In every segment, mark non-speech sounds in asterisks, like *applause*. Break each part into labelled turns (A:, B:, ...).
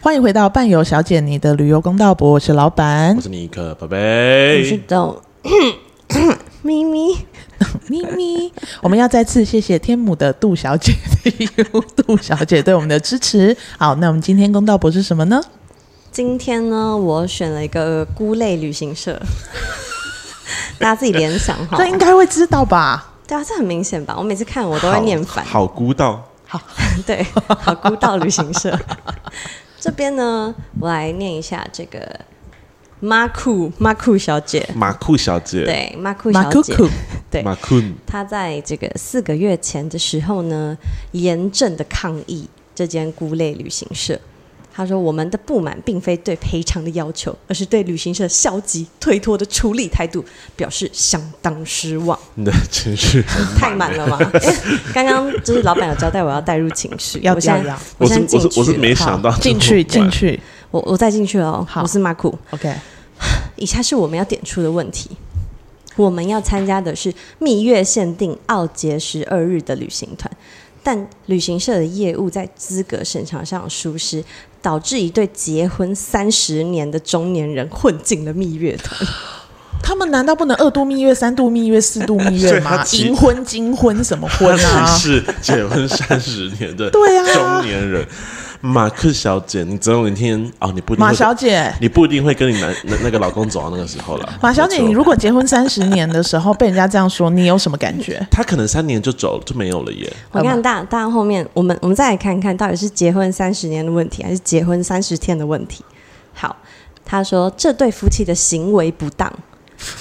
A: 欢迎回到伴游小姐你的旅游公道博，我是老板
B: 我，是尼克宝贝
C: 我，是懂 *coughs* 咪咪，
A: 咪咪。 *laughs* 我们要再次谢谢天母的杜小姐 *laughs* 的杜小姐对我们的支持。好，那我们今天公道博是什么呢？
C: 今天呢，我选了一个菇类旅行社，大家自己联想哈
A: 这。应该会知道吧？
C: 对啊，这很明显吧？我每次看我都会念反。
B: 好孤道，
C: 对，好孤道旅行社。 *laughs* 这边呢，我来念一下这个马库马库小姐，
B: 马库小姐，，
C: 对马库
A: 马
C: 小
A: 库
C: 姐，
A: 库，
C: 对
B: 马库嗯
C: 她在这个四个月前的时候呢，严正的抗议这间菇类旅行社。她说：“我们的不满并非对赔偿的要求，而是对旅行社消极推脱的处理态度表示相当失望。”
B: 你的
A: *laughs*
B: 情绪很
C: 太满了吗？
B: *laughs*
C: 因为刚刚就是老板有交代我要带入情绪，
A: 要
C: 我现
A: 要
C: 在
A: 要
B: 啊我是
C: 现在进
B: 我是我是
C: 去
B: 没
C: 了
B: 想
C: 好
B: 到
A: 进去
B: 这么
A: 进
B: *laughs* 晚，
A: 去
C: 我我再进去了哦。
A: 好
C: 我是马库。
A: ，OK，
C: 以下是我们要点出的问题：我们要参加的是蜜月限定奥杰十二日的旅行团，但旅行社的业务在资格审查上疏失，导致一对结婚三十年的中年人混进了蜜月团。
A: 他们难道不能二度蜜月、三度蜜月、四度蜜
B: *laughs*
A: 月
B: 所以
A: 吗
B: 他？其
A: 银婚、金婚什么婚
B: 他
A: 啊？
B: 只 *laughs* 是结婚三十年的
A: *laughs* 对啊
B: 中年人，马库小姐，你总有一天哦，你不一定
A: 马
B: 会
A: 小姐，
B: 你不一定会跟你男那那个老公走到那个时候了。
A: 马小姐，
B: 没错
A: 你如果结婚三十年的时候被人家这样说，你有什么感觉？
B: 他可能三年就走了，就没有了耶。
C: 我看大大家后面，我们我们再来看看到底是结婚三十年的问题，还是结婚三十天的问题。好，他说这对夫妻的行为不当，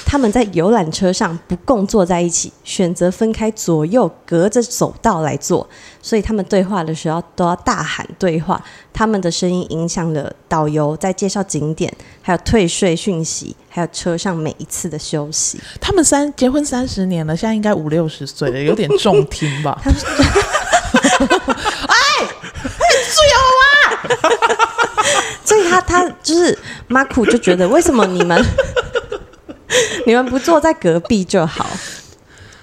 C: 他们在游览车上不共坐在一起，选择分开左右隔着走道来坐，所以他们对话的时候都要大喊对话，他们的声音影响了导游在介绍景点，还有退税讯息，还有车上每一次的休息。
A: 他们三结婚三十年了，现在应该五六十岁了，有点重听
C: *laughs*
A: 吧？哎，很自由啊！
C: 所以他他就是马库就觉得，为什么你们你们不坐在隔壁就好？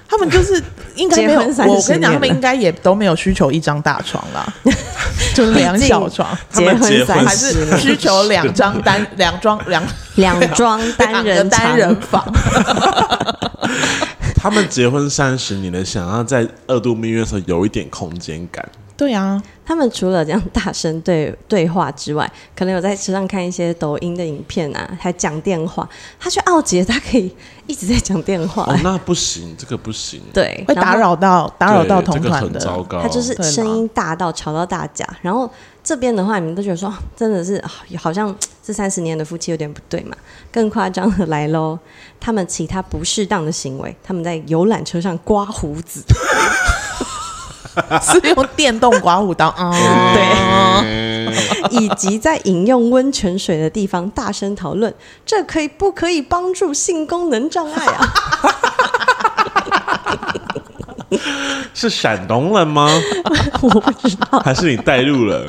A: 他们就是应该没有，
C: 结婚30
A: 我跟你讲，
C: 年了
A: 他们应该也都没有需求一张大床
C: *laughs*
A: 啦，就是两小床，
B: *laughs* 他们结婚
C: 三
A: 还
C: 十
A: 是
C: 年，
A: 需求两张单两张两
C: 两装单
A: 两个
C: 人
A: 单人
C: 床，
A: 房，
C: *laughs*
B: 他们结婚三十年了，想要在二度蜜月的时候有一点空间感，
A: 对啊，
C: 他们除了这样大声对对话之外，可能有在车上看一些抖音的影片啊，还讲电话。他去奥杰，他可以一直在讲电话、
A: 哎
B: 哦，那不行，这个不行，
C: 对，
A: 会打扰到打扰
B: 对
A: 到同
B: 这个
A: 团
B: 很糟
A: 的。
B: 糕。
C: 他就是
A: 对啦
C: 声音大到吵到大家。然后这边的话，你们都觉得说，啊真的是啊好像这三十年的夫妻有点不对嘛。更夸张的来喽，他们其他不适当的行为，他们在游览车上刮胡
A: *laughs*
C: 子，
A: 是用电动刮胡刀啊，对，
C: 以及在饮用温泉水的地方大声讨论，这可以不可以帮助性功能障
A: *laughs*
C: 碍啊？
B: 是山东
A: *laughs*
B: 人吗？
C: 我不知道。
B: 还是你带入了？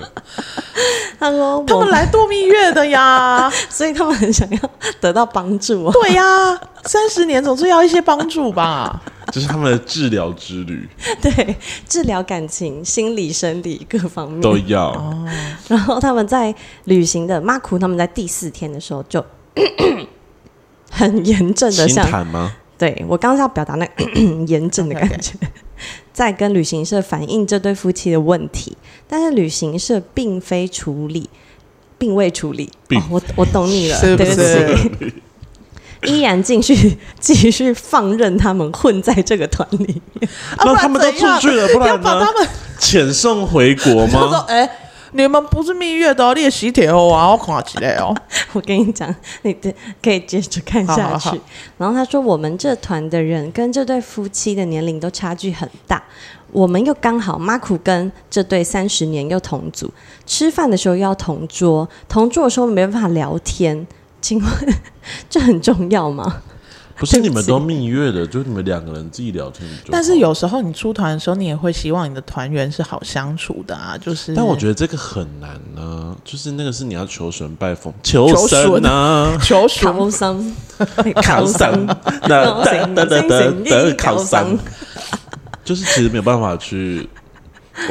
C: 他说
A: 他
C: 我
A: 们，来度蜜月的
C: *laughs*
A: 呀，
C: 所以他们很想要得到帮助啊。
A: 对呀，三十年总是要一些帮助吧。
B: 这是他们的治疗之旅
C: *laughs*
A: 嗯
C: 对，治疗感情、心理、生理各方面
B: 都要，
A: 哦
C: 然后他们在旅行的马库，他们在第四天的时候就 *clears throat* 很严正的
B: 心
C: 像，
B: 坦吗？
C: 对我刚刚是要表达那个 *clears throat* 严正的感觉， *laughs* 在跟旅行社反映这对夫妻的问题，但是旅行社并非处理，并未处理。
B: 并
C: 哦、我我懂你了，
A: 是不
C: 对
A: 是
C: 不起。依然继续 *laughs* 继续放任他们混在这个团里面，
A: 啊
B: *laughs* 那他们都出去了，
A: 不
B: 不
A: 然怎样要
B: 然
A: 把
B: 呢
A: 他？们
B: 遣送回
A: *laughs*
B: 国
A: 他说
B: 吗？
A: 哎。你们不是蜜月的哦练习铁哦啊，我看起来 *laughs* 哦，
C: *laughs* 我跟你讲，你得可以接着看下去。
A: 好好好
C: 然后他说，我们这团的人跟这对夫妻的年龄都差距很大，我们又刚好马库跟这对三十年又同组，吃饭的时候又要同桌，同桌的时候没办法聊天。请问 *laughs* 这很重要吗？
B: 不是你们都蜜月的，就你们两个人自己聊天就好。
A: 但是有时候你出团的时候，你也会希望你的团员是好相处的啊，就是。
B: 但我觉得这个很难呢、就是那个是你要求神拜佛，求
A: 求
B: 神啊，
A: 求
C: 考
A: 熟，
C: 生，
B: 考上，那
C: 行
B: 得得得
C: 行
B: 得
C: 行
B: 考上
C: 行，
B: 就是其实没有办法去。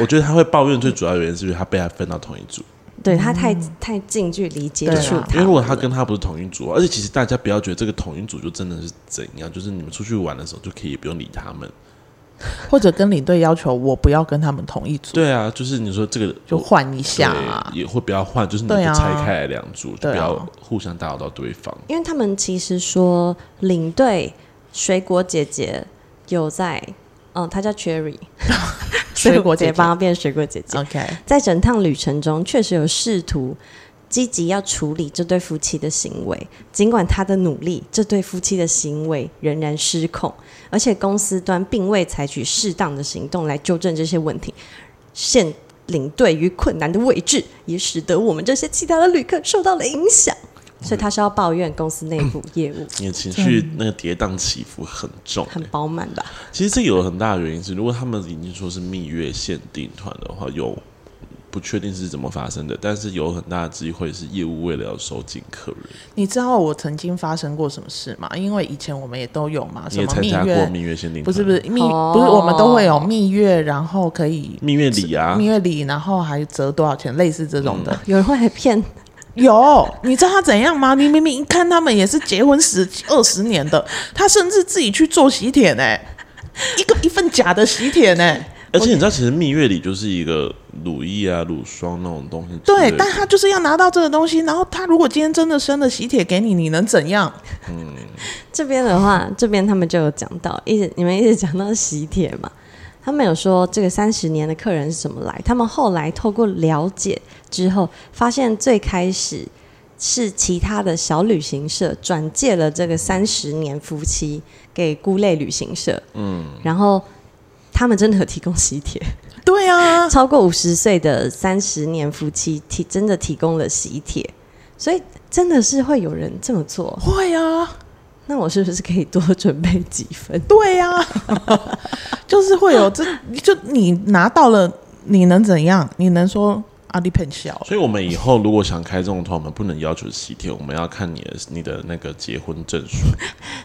B: 我觉得他会抱怨最主要的原因是因为他被他分到同一组，
C: 对他太、太近距离接
A: 对啊
C: 触
B: 因
C: 他
B: 为如果
C: 们
B: 他
C: 了，
B: 跟他不是同一组，而且其实大家不要觉得这个同一组就真的是怎样，就是你们出去玩的时候就可以不用理他们。
A: 或者跟领队要求我不要跟他们同一组，
B: 对啊，就是你说这个
A: 就换一下啊
B: 对，也会不要换，就是你就
A: 对啊
B: 拆开来两组，就
A: 对啊
B: 不要互相打扰到对方。
C: 因为他们其实说领队水果姐姐有在，嗯，她叫 Cherry，
A: 水果姐姐
C: 所以我直接帮她变水果姐姐。
A: OK，
C: 在整趟旅程中，确实有试图积极要处理这对夫妻的行为。尽管他的努力，这对夫妻的行为仍然失控，而且公司端并未采取适当的行动来纠正这些问题，陷领队于困难的位置，也使得我们这些其他的旅客受到了影响。所以他是要抱怨公司内部业务
B: 你的情绪那个跌宕起伏很重、
C: 很
B: 欸
C: 饱满吧？
B: 其实这有很大的原因是，如果他们已经说是蜜月限定团的话，有不确定是怎么发生的，但是有很大的机会是业务为了要收紧客人，
A: 你知道我曾经发生过什么事吗？因为以前我们也都有嘛，
B: 你
A: 什
B: 也
A: 么
B: 参
A: 蜜
B: 加过
A: 月，
B: 蜜月限定团，
A: 不是不是蜜，
C: 哦
A: 不是我们都会有蜜月，然后可以。
B: 蜜月礼啊
A: 蜜？月礼，然后还折多少钱，类似这种的。
C: 有人会来骗
A: 有，你知道他怎样吗？你明明一看他们也是结婚十二十年的，他甚至自己去做喜帖呢、一个一份假的喜帖呢、
B: 而且你知道，其实蜜月礼就是一个乳液啊、乳霜那种东西之类
A: 对
B: 的，，
A: 但他就是要拿到这个东西，然后他如果今天真的生了喜帖给你，你能怎样？
C: 这边的话，这边他们就有讲到，一直你们一直讲到喜帖嘛，他们有说这个三十年的客人是怎么来，他们后来透过了解之后，发现最开始是其他的小旅行社转借了这个三十年夫妻给孤类旅行社，嗯，然后他们真的有提供喜帖，
A: 对啊，
C: *laughs* 超过五十岁的三十年夫妻提真的提供了喜帖，所以真的是会有人这么做。
A: 会啊，
C: 那我是不是可以多准备几份？
A: 对啊， *laughs* 就是会有这，就你拿到了，你能怎样？你能说阿里骗笑？
B: 所以，我们以后如果想开这种团，我们不能要求喜帖，我们要看你的你的那个结婚证
A: *laughs*
B: 书，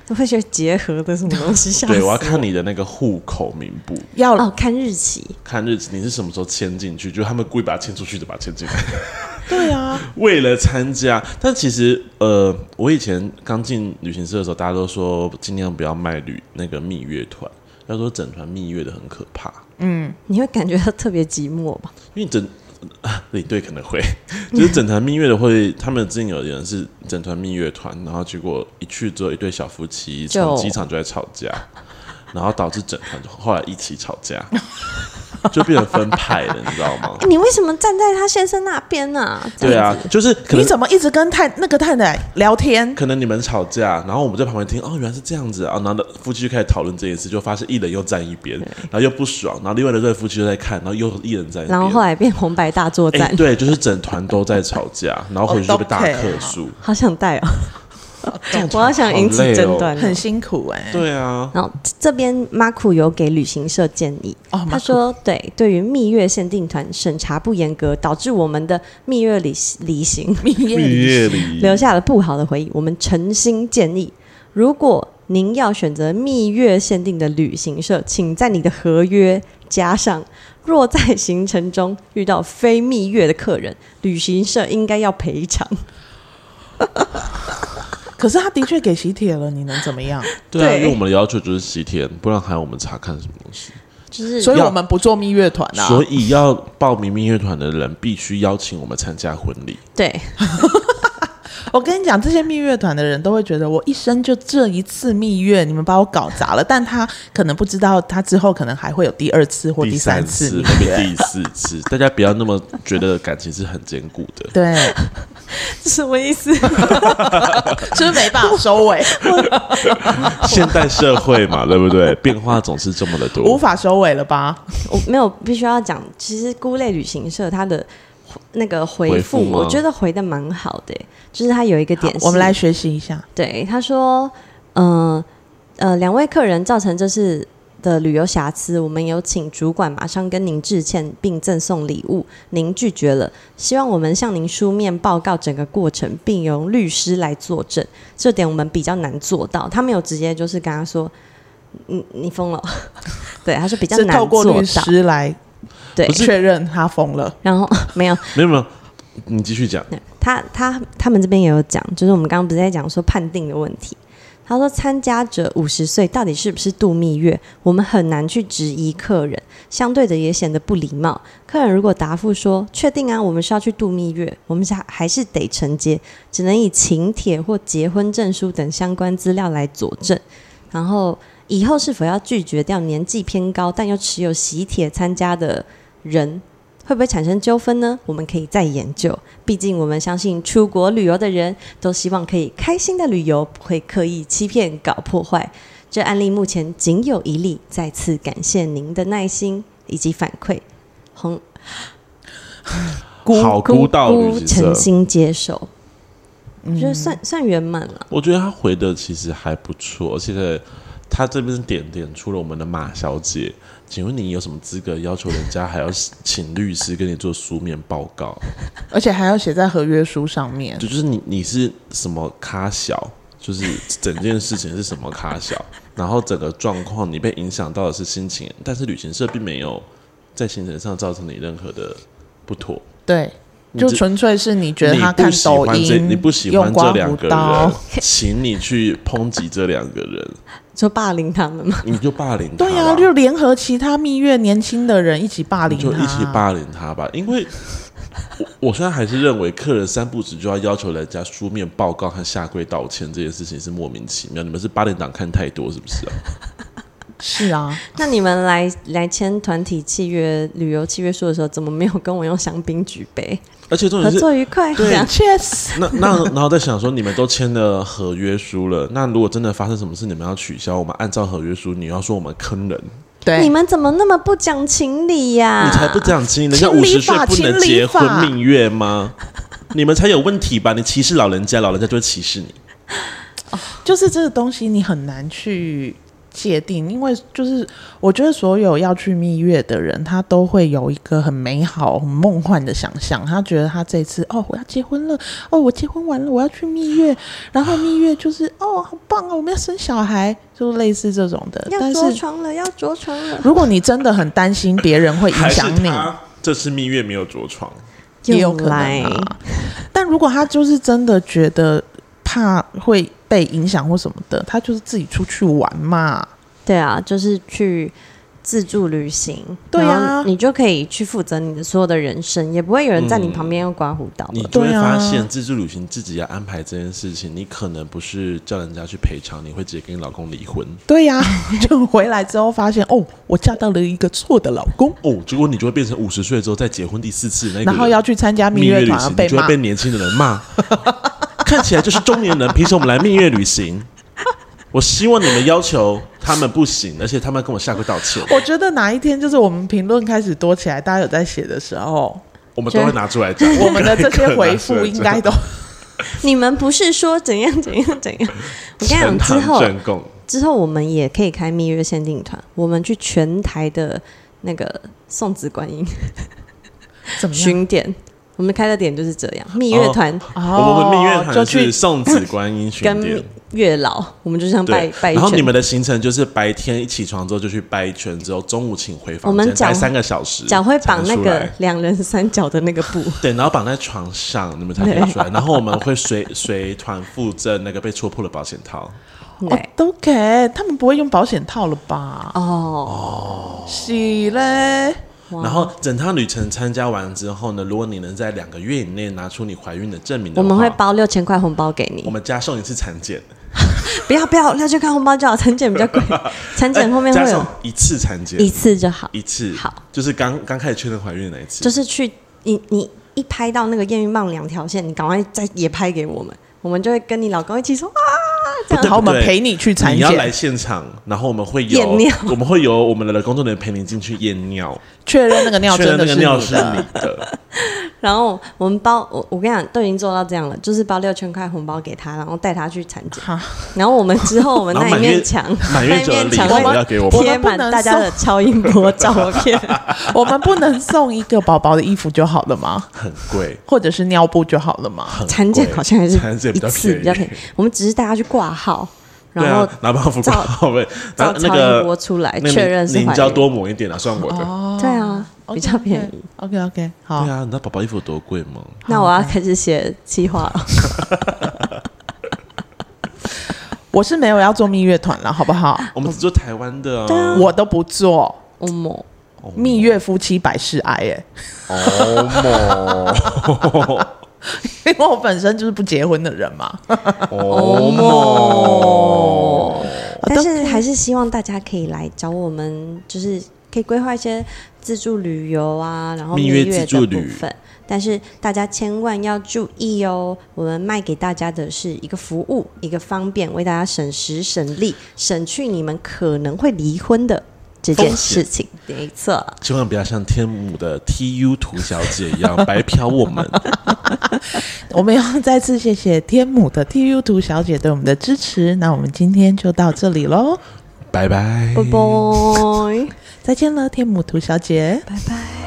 C: 我 *laughs* 会觉得结合的什么东西？吓死
B: 对我要看你的那个户口名簿，
A: 要、
C: 哦，看日期。
B: 看日期，你是什么时候迁进去，就他们故意把它迁出去的，把它迁进来，
A: 对啊，
B: 为了参加。但其实，呃，我以前刚进旅行社的时候，大家都说尽量不要卖旅那个蜜月团，要说整团蜜月的很可怕，
C: 你会感觉到特别寂寞吧？
B: 因为整。 *laughs* 啊，领队可能会， *laughs* 就是整团蜜月的会，他们之前有人是整团蜜月团，然后结果一去之后，一对小夫妻
C: 就
B: 从机场就在吵架，然后导致整团后来一起吵架， *laughs* 就变成分派了，你知道吗
C: 哎、？你为什么站在他先生那边呢、啊？这
B: 对
C: 样
B: 啊
C: 子，，
B: 就是可
A: 你
B: 能
A: 怎么一直跟太那个太太聊天？
B: 可能你们吵架，然后我们在旁边听，哦，原来是这样子啊，然后夫妻就开始讨论这件事，就发现一人又站一边，然后又不爽，然后另外的对夫妻就在看，然后又一人站一边，
C: 然后后来变红白大作
B: 哎、
C: 战，
B: 对，就是整团都在吵架，然后回去就被大客诉，
C: *laughs* 好想带哦，
B: 这种
C: 我
B: 团
C: 好想引起
B: 好累哦
C: 争端、
A: 很辛苦哎、
B: 对啊，
C: 然后这边 Marco 有给旅行社建议，
A: 哦 Marco
C: 他说：“对，对于蜜月限定团审查不严格，导致我们的蜜月旅旅行
A: 蜜月
B: 蜜月里
C: 留下了不好的回忆。我们诚心建议，如果您要选择蜜月限定的旅行社，请在你的合约加上，若在行程中遇到非蜜月的客人，旅行社应该要赔偿。
A: 可是他的确给喜帖了，你能怎么样？
B: 对啊，
C: 对
B: 因为我们的要求就是喜帖，不然还要我们查看什么东西，
C: 就是
A: 所以我们不做蜜月团啊。
B: 所以要报名蜜月团的人必须邀请我们参加婚礼，
C: 对，
A: 我跟你讲，这些蜜月团的人都会觉得我一生就这一次蜜月，你们把我搞砸了。但他可能不知道，他之后可能还会有第二次或
B: 第
A: 三
B: 次
A: 蜜
B: 那
A: 月。
B: 边第四次，大家不要那么觉得感情是很坚固的。
C: *laughs*
A: 对，
C: 什么意思？
A: 是不是没办法收尾，
B: *laughs* 现代社会嘛，对不对？变化总是这么的多。
A: 无法收尾了吧？
C: 我没有必须要讲，其实孤类旅行社它的。”那个回
B: 回
C: 复，
B: 复吗
C: 我觉得回的蛮好的、欸就是它有一个点是，
A: 我们来学习一下。
C: 对，他说，嗯呃两位客人造成这次的旅游瑕疵，我们有请主管马上跟您致歉，并赠送礼物，您拒绝了。希望我们向您书面报告整个过程，并由律师来作证。这点我们比较难做到，他没有直接就是跟他说。你你疯了， *laughs* 对，他说比较
A: 是
C: 难
A: 透过
C: 做
A: 律
C: 到，
A: 师来
C: 对
B: 不，是
A: 确认他疯了。
C: 然后没有，
B: 没有没有，你继续讲。
A: 啊
C: 他他他们这边也有讲，就是我们刚刚不是在讲说判定的问题。他说，参加者五十岁到底是不是度蜜月，我们很难去质疑客人，相对的也显得不礼貌。客人如果答复说确定啊，我们是要去度蜜月，我们是还是得承接，只能以请帖或结婚证书等相关资料来佐证。然后以后是否要拒绝掉年纪偏高但又持有喜帖参加的人，会不会产生纠纷呢？我们可以再研究。毕竟我们相信出国旅游的人都希望可以开心的旅游，不会刻意欺骗、搞破坏。这案例目前仅有一例，再次感谢您的耐心以及反馈。红
B: 好孤道旅行社
C: 诚心接受，我觉得算算圆满了。
B: 我觉得他回的其实还不错，而且在他这边点点出了我们的马小姐，请问你有什么资格要求人家还要请律师跟你做书面报告？ *laughs*
A: 而且还要写在合约书上面
B: 就。就是你你是什么咖小，就是整件事情是什么咖小， *laughs* 然后整个状况你被影响到的是心情，但是旅行社并没有在行程上造成你任何的不妥。
A: 对，
B: 你
A: 就
B: 这
A: 纯粹是你觉得他
B: 你
A: 看
B: 不喜
A: 抖
B: 欢这
A: 音，
B: 你不喜
A: 用
B: 欢这
A: 刮
B: 两
A: 胡
B: 个
A: 刀
B: *laughs* 人，请你去抨击这两个人，
C: 就霸凌他们嘛， *laughs*
B: 你就霸凌 *laughs* 他吧。
A: 对呀、就联合其他蜜月年轻的人一起霸凌他，
B: 就一起霸凌他吧，因为我 *laughs* 我虽然还是认为客人三不时就要要求人家书面报告和下跪道歉这件事情是莫名其妙。你们是八点档看太多是不 *laughs* 是啊？
A: 是
B: *laughs*
A: 啊，
C: 那你们来来签团体契约、旅游契约书的时候，怎么没有跟我用香槟举杯？
B: 而且重
C: 合
B: 点嗯是，
C: 作愉快，这
A: 对
C: 样，
A: 确实，
B: 那 *laughs* 那然后在想说，你们都签了合约书了，那如果真的发生什么事，你们要取消，我们按照合约书，你要说我们坑人，
A: 对，
C: 你们怎么那么不讲情理呀、
B: 你才不讲亲，人家
A: 亲
B: 五
A: 啊理
B: 十岁
A: 法
B: 不能
A: 亲理
B: 结婚
A: 法
B: 蜜月吗？ *laughs* 你们才有问题吧？你歧视老人家，老人家就会歧视你。
A: 就是这个东西你很难去界定，因为就是我觉得所有要去蜜月的人，他都会有一个很美好、很梦幻的想象，他觉得他这次哦，我要结婚了，哦，我结婚完了，我要去蜜月，然后蜜月就是哦，好棒哦，我们要生小孩，就类似这种的。
C: 要
A: 但
C: 着
A: 是
C: 床了，要着床了，
A: 如果你真的很担心别人会影
B: 还是
A: 响你，
B: 他这次蜜月没有着床。
A: 也有
C: 又
A: 可能
C: 来，
A: 啊。但如果他就是真的觉得怕会被影响或什么的，他就是自己出去玩
B: *laughs*
A: 嘛。
C: 对啊，就是去自助旅行，
A: 对啊
C: 然后你就可以去负责你的所有的人生，也不会有人在你旁边用刮胡刀
B: 你
C: 了。
B: 就会
A: 对啊
B: 发现自助旅行自己要安排这件事情，你可能不是叫人家去赔偿，你会直接跟你老公离婚。
A: 对呀、就回来之后发现哦，我嫁到了一个错的老公，
B: 哦，结果你就会变成五十岁之后再结婚第四次那个人，
A: 然后要去参加蜜
B: 蜜月
A: 月
B: 旅
A: 团而
B: 行，
A: 被
B: 你就
A: 骂
B: 会。被年轻的人
A: *laughs*
B: 骂。看起来就是中年人，凭什么我们来蜜月旅行？我希望你们要求他们不行，而且他们跟我下跪道歉，
A: 我觉得哪一天就是我们评论开始多起来，大家有在写的时
B: *laughs*
A: 候，
B: 我们都会拿出来讲。
A: 我
B: *laughs*
A: 们的这些回复应该都
C: 你们不是说怎样怎样怎
A: *laughs*
C: 样？我跟
B: 呈
C: 你讲，之
B: 堂
C: 后
B: 证供。
C: 之后我们也可以开蜜月限定团，我们去全台的那个送子观音
A: 怎么样？
C: 巡点，我们开的点就是这样，蜜月团
A: 哦
B: 我们蜜月
A: 就
B: 团
A: 去
B: 是送子观音巡
C: 跟
B: 典。
C: 月老，我们就像拜
B: 对，
C: 拜一
B: 然后
C: 圈
B: 你们的行程就是白天一起床之后就去掰一圈，之后中午请回
C: 我
B: 房
C: 们
B: 间，待
C: 脚
B: 三个小时，
C: 脚会绑那
B: 才能出
C: 个
B: 来
C: 两人三角的那个布，
B: 对，然后绑在床上，你们才可以出
C: *laughs*
B: 来。然后我们会随随团附赠那个被戳破的保险套，
A: *laughs* 哦
B: 哎
C: 对，
A: 都给他们不会用保险套了吧？
C: 哦，
A: 是
B: 哦
A: 嘞，
C: 哇
B: 然后整趟旅程参加完之后呢，如果你能在两个月以内拿出你怀孕的证明的
C: 我
B: 话，
C: 们会包六千块红包给
B: 我
C: 你，
B: 们加送一次产检，
C: 不要不要，六千块红包就好，产检比较贵，
B: *laughs*
C: 产检后面
B: 哎加
C: 会有
B: 上一次产检，
C: 一次就好，
B: 一次，
C: 好，
B: 就是刚刚开始确认怀孕的那一次，
C: 就是去你你一拍到那个验孕棒两条线，你赶快再也拍给我们，我们就会跟你老公一起说啊，这
B: 对
A: 然
B: 不
A: 后
B: 对
A: 我们陪你去产
B: 你要来
A: 检，
B: 现场，然后我们会有
C: 验尿
B: 我们会有我们的工作人员陪你进去验
C: *laughs*
B: 尿，
A: 确认那个尿
B: 确
A: 真
B: 认
A: 的
B: 那个
A: 是
B: 尿
A: 你
B: 是你
A: 的。
B: 的。
C: 然后我们包我我跟你讲，都已经做到这样了，就是包六千块红包给他，然后带他去产检。
A: 哈
C: 然后我们之后我们
B: 然后
C: 那一
B: 满月
C: 面墙，
B: 满
C: 那
B: 月
C: 一
B: 酒的
C: 面
B: 礼
C: 墙
B: 物
C: 会
B: 要给我们，
C: 贴满大家的超音波照
B: *laughs*
C: 片。
A: 我们不能送一个宝宝的衣服就好了吗？
B: 很贵，
A: 或者是尿布就好了吗？
B: 很贵
C: 产检好像还是
B: 产检比
C: 一
B: 较
C: 次比较便宜，我们只是带他去挂号，
B: 对
C: 然后
B: 啊，拿帮付挂
C: 照
B: *laughs* 号费，然
C: 照
B: 呃后那
C: 超音
B: 个
C: 波出来
B: 那个
C: 确认是
B: 凝
C: 怀
B: 胶
C: 孕。
B: 多抹一点啊，算我的。
C: 对啊，啊，比较便宜。
A: OK OK，好
B: 对，啊，你知道宝宝衣服有多贵吗？
C: 那我要开始写计划了。
A: 我是没有要做蜜月团了，好不好？
B: 我们只做台湾的
C: 对
B: 啊 *laughs*
C: 啊。
A: 我都不做
C: 哦莫，
B: *laughs* 哦
A: 蜜月夫妻百事哀，
B: *laughs*
A: 哎，
B: 哦
A: 因为我本身就是不结婚的人
B: *laughs*
A: 嘛。
B: 莫哦
C: 但是还是希望大家可以来找我们，就是可以规划一些自助旅游啊，然后
B: 蜜月
C: 月
B: 自助
C: 的部
B: 旅
C: 分。但是大家千万要注意哦，我们卖给大家的是一个服务，一个方便，为大家省时省力，省去你们可能会离婚的这件
B: 风险
C: 事情。没错，
B: 千万不要像天母的 TU 涂小姐一样白嫖我们。
A: 我们要再次谢谢天母的 TU 图小姐对我们的支持。那我们今天就到这里喽，
B: 拜拜
C: 拜。拜，
A: 再见了，天母图小姐。
C: 拜拜。